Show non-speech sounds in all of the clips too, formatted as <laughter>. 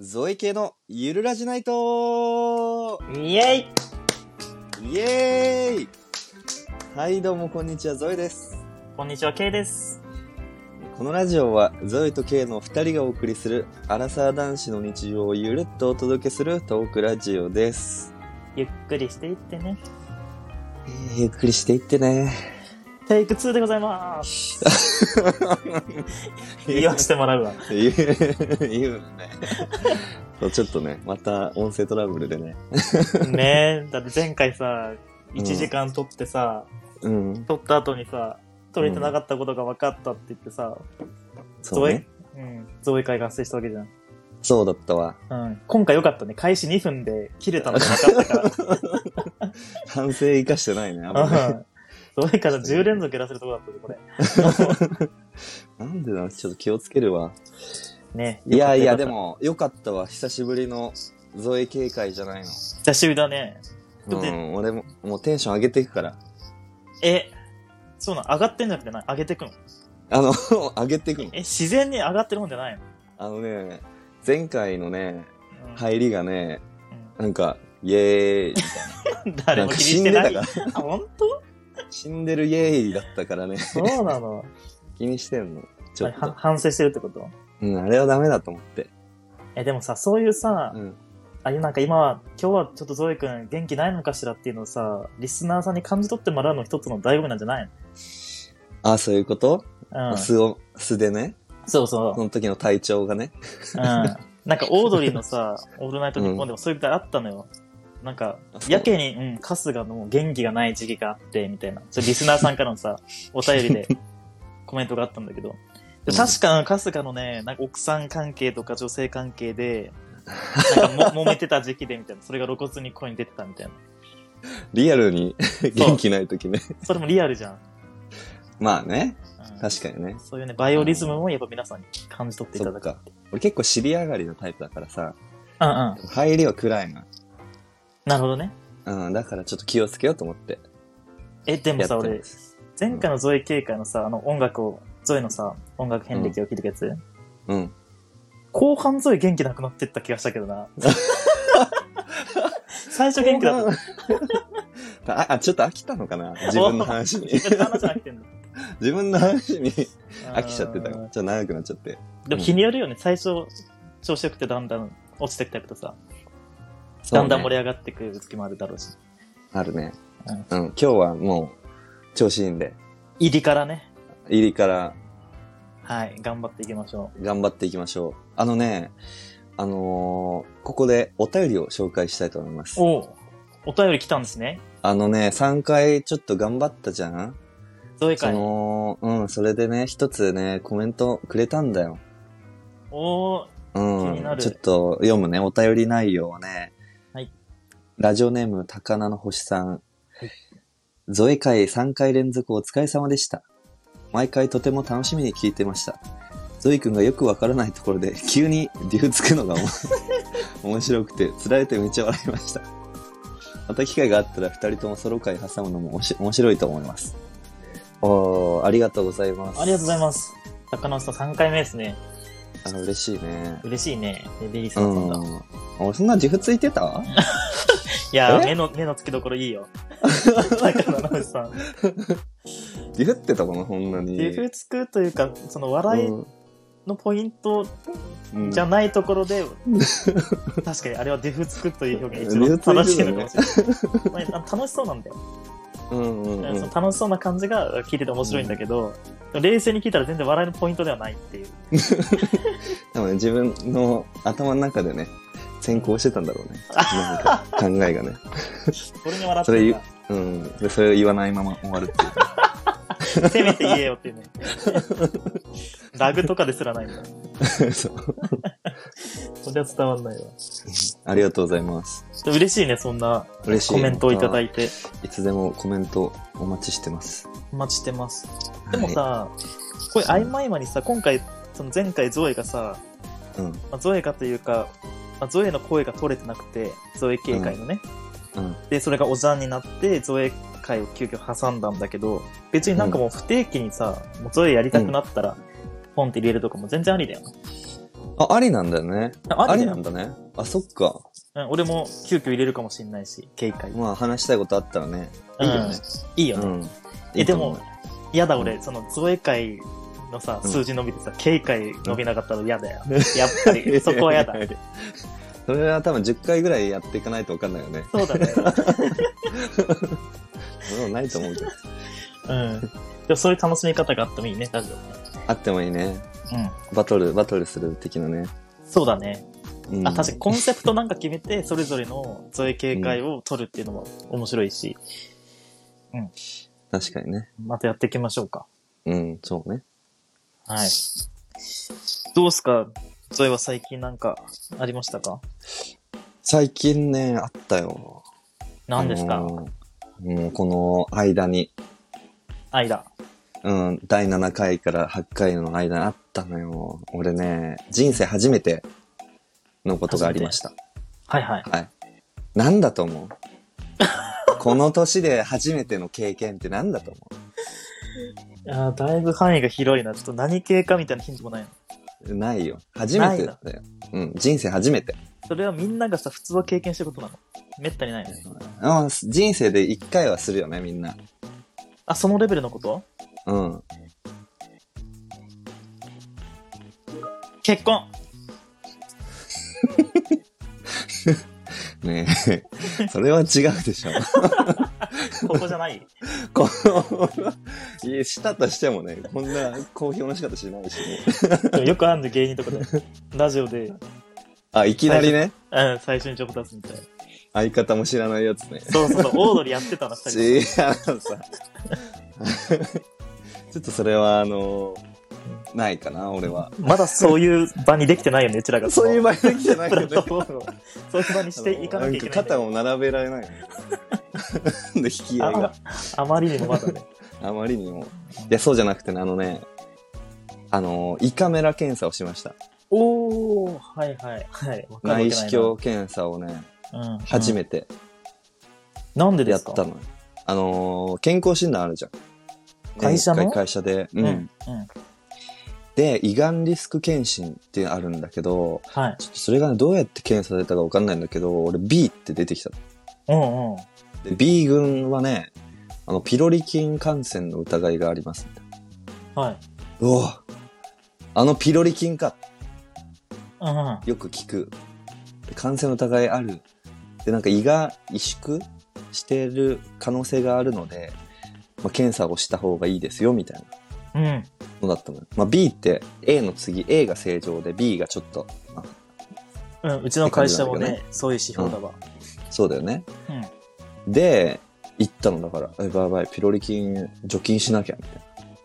ゾエ系のゆるラジナイトイエイイエーイはい、どうもこんにちは、ゾエです。こんにちは、K です。このラジオは、ゾエと K の二人がお送りする、アラサー男子の日常をゆるっとお届けするトークラジオです。ゆっくりしていってね。えーゆっくりしていってね。テイク2でございます。 <laughs> 言わしてもらうわ。言う、言うね。そうちょっとね、また音声トラブルでね。 <laughs> ねえ、だって前回さ、ん1時間撮ってさ、うん。撮った後にさ、撮れてなかったことが分かったって言ってさ、そうね。増うん、増位会が発生したわけじゃん。そうだったわ。うん。今回良かったね。開始2分で切れたのが分かったか反省生かしてないね。あん <laughs> まねら。うん。増位会の10連続やらせるとこだったね、これ。なんでな、ちょっと気をつけるわ。ねいやいや、で。よかっも、よかったわ。久しぶりのゾエ警戒じゃないの。たよかった久しぶりだね。うでもねん、俺も、もうテンション上げていくから。 <laughs> え、そうなの上がってんじゃなくてな、上げてくの。あの、 <laughs> 上げていくの。え、自然に上がってるもんじゃないのあのね、前回のね、うん入りがね、なんか、イエーイ。誰なんもか気に死んしでてなたい。かあ、ら。本当死んでるイエーイだったからね。 <laughs> そうなの。気にしてんの。ちょっはと。反省してるってことうん、あれはダメだと思って。え、でもさ、そういうさ、うん。あ、なんか今は、今日はちょっとゾエ君元気ないのかしらっていうのをさ、リスナーさんに感じ取ってもらうの一つの醍醐味なんじゃないあ、そういうこと、のうん。そ素を、素でね。うそう。うそん。の時の体調がね。なんかオードリーのさ、オールナイトニッポンでもそういう歌あったのよ。なんかあ、そうやけに、うん、春日のもう元気がない時期があって、みたいな。それリスナーさんからの <laughs> さ、お便りでコメントがあったんだけど。で確か、春日のね、なんか奥さん関係とか女性関 <laughs> 係で、なんかも揉めてた時期でみたいな。それが露骨に声に出てたみたいな。リアルに <laughs> 元気ない時ね。それもリアルじゃん。 <laughs> まあね。うん確かにね。そういうね、バイオリズムもやっぱ皆さんに感じ取っていそたっだく。か。俺結構尻上がりのタイプだからさ、うんうん。入りは暗いな。なるほどね。うん、だからちょっと気をつけようと思って。え、でもやってさ、ま俺、す。前回のゾエ警戒のさ、あの音楽を、ゾエのさ、音楽遍歴を聞いてくやつ、うん。後半ゾエ元気なくなってった気がしたけ <laughs> どな。最初元気だった。 <laughs> あ、あ、ちょっと飽きたのか <laughs> な自分の話に。自分の話じゃなくてんだ <laughs> 自分の話に飽きちゃってたから。ちょっと長くなっちゃって。でも日によるよね、最初、調子よくてだんだん落ちてきたけどさ、そうだねんだん盛り上がってくる時もあるだろうし。あるね。ううんん。今日はもう、調子いいんで、入りからね、入りからはい、頑張っていきましょ頑張っていきましょう。あのね、あのーここでお便りを紹介したいと思いまう。す。おうお便り来たんですね。あのね、3回ちょっと頑張ったじゃんゾエそ会。おの、うん、それでね、一つね、コメントくれたんだよ。おーう。気になんるちょっと読むね、お便り内容をね。はい。ラジオネーム、高菜の星さん。ゾエ会3回連続お疲れ様でした。毎回とても楽しみに聞いてました。ゾイ君がよくわからないところで急に理由つくのがおも <laughs> 面白くて、つられてめっちゃ笑いました。また機会があったら二人ともソロ会挟むのもおし面白いと思います。おー、ありがとうございます。ありがとうございます。高野さん3回目ですね。あの、嬉しいね。嬉しいね。レディーうさんさんんだ。い。俺そんな自負ついてた <laughs> やー、え目の、目の付けどころいいよ。高野直さん。自負ってたかな、ほんなに。自負つくというか、その笑いのポイントうんじゃないところ <laughs> で、確かにあれはデフつくという表現がデフ一つく番だね正しいのかもしれない。まあ楽しそうなんだよ。うんうんうんその楽しそうな感じが聞いてて面白いんだけど、でも冷静に聞いたら全然笑いのポイントではないっていう。多分自分の頭の中でね、先行してたんだろ <laughs> うね。なんか考えがね。それに笑っそれて言た。う、うん。で、それを言わないまま終わるっていう。せめて言えよ <laughs> っていうね。ラグとかですらないんだ。 <laughs> そうそれは伝わんないわ。ありがとうございます。嬉しいね、そんな嬉しい。コメントをいただいいて。いつでもコメントお待ちしてます。お待ちしてます。でもはさ、これ合間合間にさ、今回、その前回ゾエがさ、い、うん。まあ、ゾエがというか、まあ、ゾエの声が取れてなくて、ゾエ警戒のね。うん。で、それがおじゃんになって、ゾエ会を急遽挟んだんだけど、別になんかもう不定期にさ、もうゾエやりたくなったら、ポンって入れるとかも全然ありだよね。あ、ありなんだよね。あありりだなよんだね。あ、そっか。うん、俺も急遽入れるかもしれないし、警戒。まあ話したいことあったらね。いいよね。いいようね。ん。えいいと思うで嫌、だ俺、その、造影会のさ、数字伸びてさ、警戒伸びなかったら嫌だよ。やっぱ <laughs> り、そこは嫌だ。。それは多分10回ぐらいやっていかないと分かんないよね。そうだね。そんなのないと思う <laughs> けど。うん。でもそういう楽しみ方があってもいいね、ラジオね。あってもいいね。うん。バトル、バトルする的なね。そうだね。うん、あ、確かにコンセプトなんか決めて、それぞれの造影警戒を取るっていうのも面白いし、確かにね。またやっていきましょうか。うん、そうね。はい。どうすかゾエは最近なんかありましたか最近ね、あったよ。何ですあかのーうん、この間に、間。うん、第7回から8回の間にあったのよ。俺ね、人生初めてのことがありました。はいはい。はい。なんだと思うこの年で初めての経験ってなんだと思いやーだいぶ範囲が広いな。ちょっと何系かみたいなヒントもないの。うないよ。初めてだよ。うん、人生初めて。それはみんながさ、普通は経験してることなの。めったにないの。うん、人生で1回はするよね、みんな。あ、そのレベルのことうん。結婚ねえ、 <laughs> それは違うでしょ。 <laughs> ここじゃないこの、いやしたとしてもね、こんな公表の仕方しないし、ね。でもよくあるの芸人とかで。ラジオで、あ、いきなりね、うん、最初に情報出すみたいな。相方も知らないやつね。そうそうそう、オードリーやってたな、 <laughs> 二人。違うさ。ちょっとそれは、あの、ないかな、俺は。まだそういう場にできてないよね、うちらが。そういう場合できてないプけラどットフォームをそういう場に <laughs> していかなきゃいけないんだよ。肩を並べられない <laughs> よね。で、引き合いがああまりにもま <laughs> だね。あまりにも。いや、そうじゃなくてね、あのね、あの、胃カメラ検査をしました。おおはいはいはい。わかるわけないな内視鏡、検査をね、うん、初て。めてなんででやっすかたのよ。あのー健康診断あるじゃん。会社の年一回会社で。うん。うん。うん。で、胃がんリスク検診ってあるんだけど、はい。ちょっとそれがね、どうやって検査されたかわかんないんだけど、俺 B って出てきたの。うんうで、ん。B 群はね、あの、ピロリ菌感染の疑いがあります。はい。うわあのピロリ菌かうんうん。よく聞く。で感染の疑いある。で、なんか胃が萎縮してる可能性があるので、まあ、検査をした方がいいですよ、みたいなうん。のだったのよ。まあ、B って A の次、A が正常で B がちょっと、まあ、うん、うちの会社もって感ね、そういう指標だわ。そうだよね。うん。で、行ったのだから、え、ばいばい、ピロリ菌除菌しなきゃ、み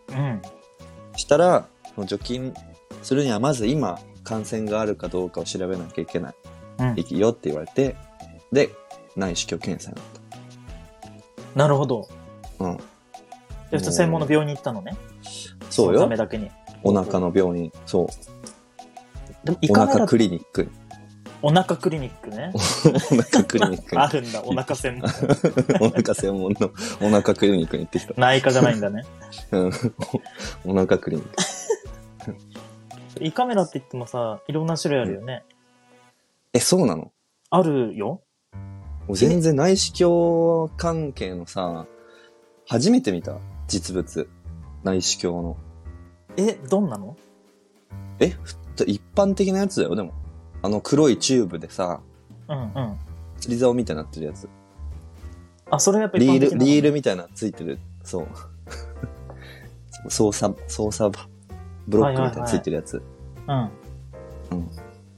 たいうん。な。したら、その除菌するにはまず今、感染があるかどうかを調べなきゃいけない。うんいいよって言われて、で、内視鏡検査になった。なるほど。うん。で、普通専門の病院に行ったのね。そうのたよめ。だけに。お腹の病院。そう。でも、いおかが腹だクリニッ <laughs> ク。お腹クリニックね。お腹クリニック。あるんだ、お腹専門。お腹専門のお腹クリニックに行ってきた。内科じゃないんだね。うんおお腹クリニック。胃カメラって言ってもさ、いろんな種類あるよね。え、そうなのあるよ。もう全然内視鏡関係のさ、初めて見た実物。内視鏡の。え、どんなのえ、ふ一般的なやつだよ、でも。あの黒いチューブでさ、うんうん。釣り竿みたいになってるやつ。あ、それはやっぱりリール、リール。ルみたいなのついてる。そう。 <laughs> 操作、操作ブロックみたいなのついてるやつ。うん。あ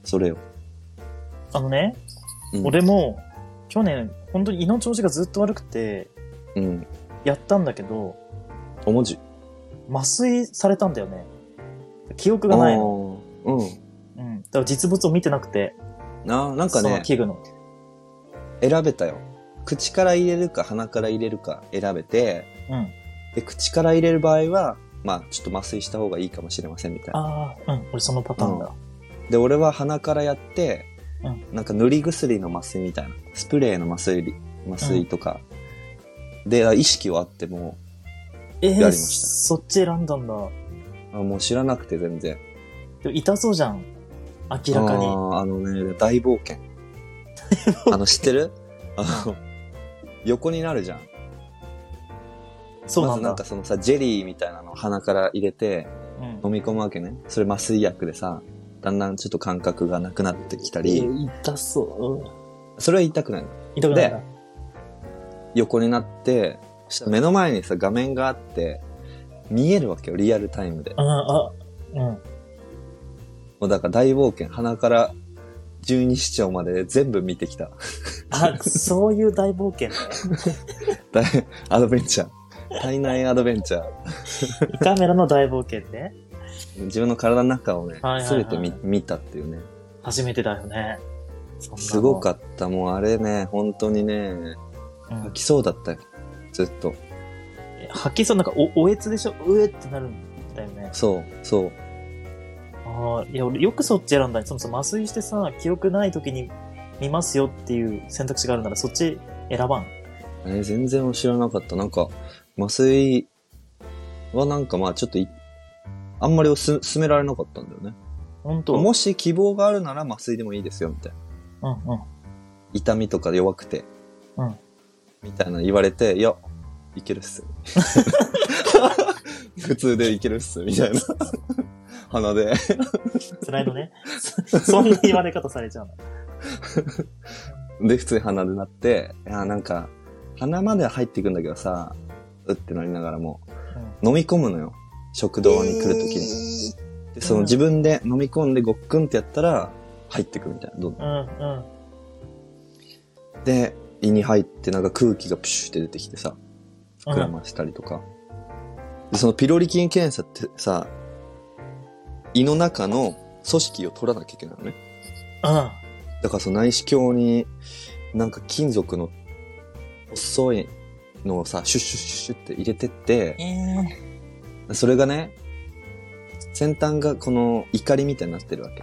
それよ。のね、うん、俺も、去年、本当に胃の調子がずっと悪くて、うん。やったんだけど、お文字。麻酔されたんだよね。記憶がないの。あーうん。だから実物を見てなくて、うん。あーなんかそのね、器具の。選べたよ。口から入れるか鼻から入れるか選べて、うん。で、口から入れる場合は、まあ、ちょっと麻酔した方がいいかもしれませんみたいな。ああ、うん。俺そのパターンだ。で、俺は鼻からやって、うなんか塗り薬の麻酔みたいな。スプレーの麻酔、麻酔とか。で、意識はあっても、えやりえましたそっち選んだんだ。あもう知らなくて全然。でも痛そうじゃん。明らかにあ。ーあのね、大冒険。あの、知ってるあの、横になるじゃん。そうなんまずなだ。んかそのさ、ジェリーみたいなのを鼻から入れてうん飲み込むわけね。それ麻酔薬でさ、だんだんちょっと感覚がなくなってきたえり、ー痛そう。うんそれは痛くないの。痛くないんだ。横になって、そしたら目の前にさ、画面があって、見えるわけよ、リアルタイムで。うん、あ、うん。もうだから大冒険、鼻から十二指腸まで全部見てきた。 <laughs> あ、そういう大冒険ね。大アドベンチャー。体内アドベンチャー。胃カメラの大冒険ね。自分の体の中をねはいはい、はいすべて見見たっていうね。初めてだよね。そんなのすごかった。もうあれね、本当にね、うん吐きそうだったよ。ずっと。吐きそう、なんかお、おえつでしょうえってなるんだよね。そう、そう。ああ、いや、俺よくそっち選んだねそもそも麻酔してさ、記憶ない時に見ますよっていう選択肢があるならそっち選ばん。えー全然知らなかった。なんか、麻酔はなんかまあちょっとい、あんまりおす勧められなかったんだよね。本当もし希望があるなら麻酔でもいいですよ、みたいな。うんうん。痛みとか弱くて。うんみたいな言われて、いや、いけるっ <laughs> す。普通でいけるっす、みたいな。鼻で。スライドね。 <laughs> そそんな言われ方されちゃうの。で、普通に鼻でなって、いや、なんか、鼻までは入っていくんだけどさ、うってなりながらも、飲み込むのよ。食堂に来るときに。に。で、その自分で飲み込んでごっくんってやったら、入ってくみたいな。どんどうんうん。んで、胃に入ってなんか空気がプシュって出てきてさ、膨らましたりとか。で、そのピロリ菌検査ってさ、胃の中の組織を取らなきゃいけないのね。うん。だからその内視鏡になんか金属の細いのをさ、シュッシュッシュッシュッって入れてって、えそれがね、先端がこの怒りみたいになってるわけ。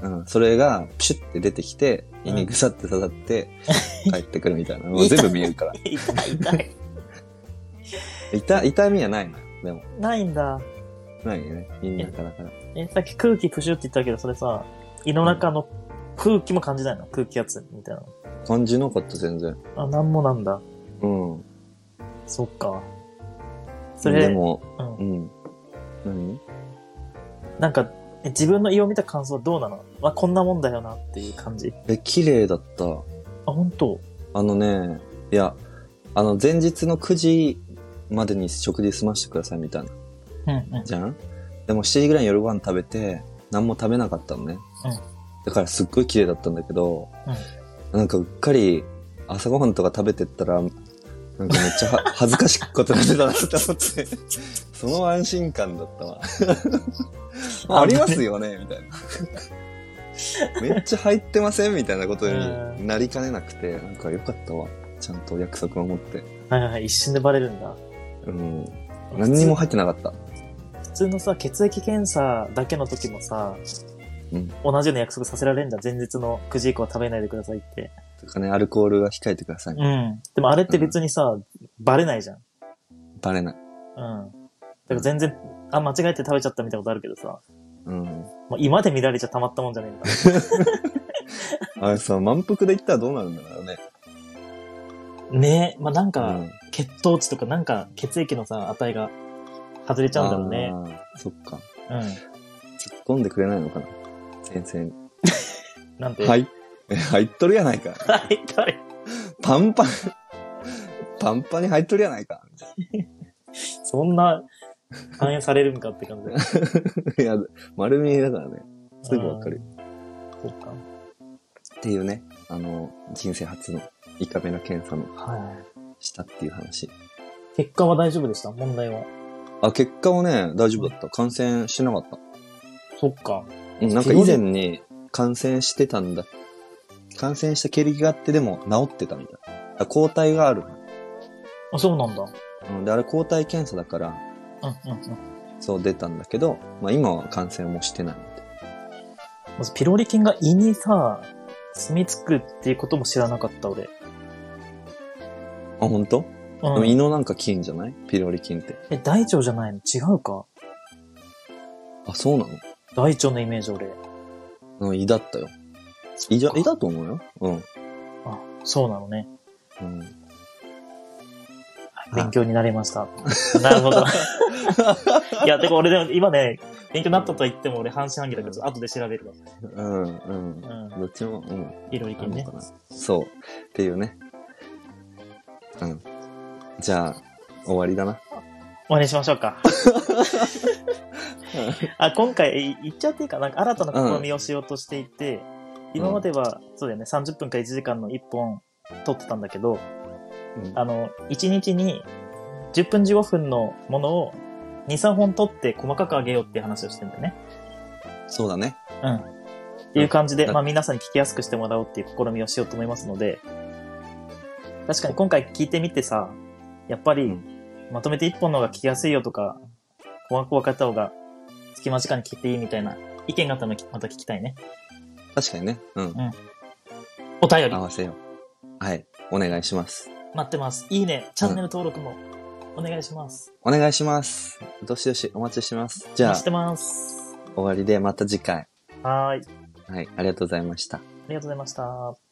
えうん。うん、それがプシュって出てきて、胃にぐさって刺さ <laughs> って帰ってくるみたいな。もう全部見えるから。痛い痛い。痛、痛みはないのよ。でも、ないんだ。ないよね。胃の中だから。え、さっき空気プシュって言ったけど、それさ、胃の中の空気も感じないの空気圧みたいな感じなかった、全然。の。あ、なんもなんだ。うん。そっか。そでれ、も、うんう、ん。何なんか、え自分の胃を見た感想はどうなのまあ、こんなもんだよなっていう感じ。え、綺麗だった。あ、本当あのね、いや、あの、前日の9時までに食事済ましてくださいみたいな、うんうん。じゃんでも7時ぐらいに夜ご飯食べて、何も食べなかったのね。うんだからすっごい綺麗だったんだけど、なんかうっかり朝ごはんとか食べてったら、なんかめっちゃは恥ずかしくことになってたなって思って、その安心感だったわ。ありますよね、みたいな。めっちゃ入ってませんみたいなことになりかねなくて、なんかよかったわ。ちゃんと約束を持って。はいはいはい、一瞬でバレるんだ。うん。何にも入ってなかった。普通のさ、血液検査だけの時もさ、うん同じような約束させられるんだ。前日の9時以降は食べないでくださいって。とかね、アルコールは控えてください。うん。でもあれって別にさ、バレないじゃん。バレない。うん。だから全然、あ、間違えて食べちゃったみたいなことあるけどさ、うん。もう今で見られちゃたまったもんじゃねえんだ。あれさ、満腹で行ったらどうなるんだろうね。 <laughs> ねえ、まあ、なんうか、ん血糖値とかなんか血液のさ、値が外れちゃうんだろうね。あーそっか。う突っ込んでくれないのかな先生に。ん。なんて。。はいい。え入っとるやないか。はい、 <laughs> 誰パンパン。パンパンに入っとるやないか。そんな、反映されるんかって感じ <laughs> で。いや、丸見えだからね。すぐわかる。そっか。っていうね、あの、人生初のイカメラ検査のはしたっていう話。い。結果は大丈夫でした問題は。あ、結果はね、大丈夫だった。感染してなかった。そっか。うん、なんか以前に感染してたんだ。感染した経歴があってでも治ってたみたいな。あ抗体がある。あ、そうなんだ。うん、で、あれ抗体検査だから、うんうんうん。そう出たんだけど、まあ今は感染もしてないみたいまずピロリ菌が胃にさ、住み着くっていうことも知らなかった俺。な。あ、本当？でうも胃ん。のなんか菌じゃないピロリ菌って。え、大腸じゃないの違うかあ、そうなの大腸のイメージ俺。うん、胃だったよ。胃じゃ、胃だと思うよ。うん。あ、そうなのね。うん、勉強になりました。なる <laughs> ほど。いや、てか俺でも今ね、勉強になったとは言っても俺半信半疑だけど、後で調べるわ。うん、うん。うん。どっちも、うん。いろいあろるのねか。なそう。っていうね。うん。じゃあ、終わりだな。終わりにしましょうか。あ、今回、い言っちゃっていいかな。なんか新たな試みをしようとしていて、今までは、そうだよね、30分から1時間の1本撮ってたんだけど、うんあの、1日に10分15分のものを2、3本撮って細かく上げようっていう話をしてんだよね。そうだね。うん。っていう感じで、うんまあ皆さんに聞きやすくしてもらおうっていう試みをしようと思いますので、確かに今回聞いてみてさ、やっぱうりんまとめて1本の方が聞きやすいよとか、細かく分かった方が隙間時間に聞いていいみたいな意見があったのでまた聞きたいね。確かにね。うん。お便り合わせよう。はい。お願いします。待ってます。いいね、チャンネル登録もお願いします。お願いします。どしどしお待ちしてます。おじゃ待あちし、てます。終わりでまた次回。はーい。はい。ありがとうございました。ありがとうございました。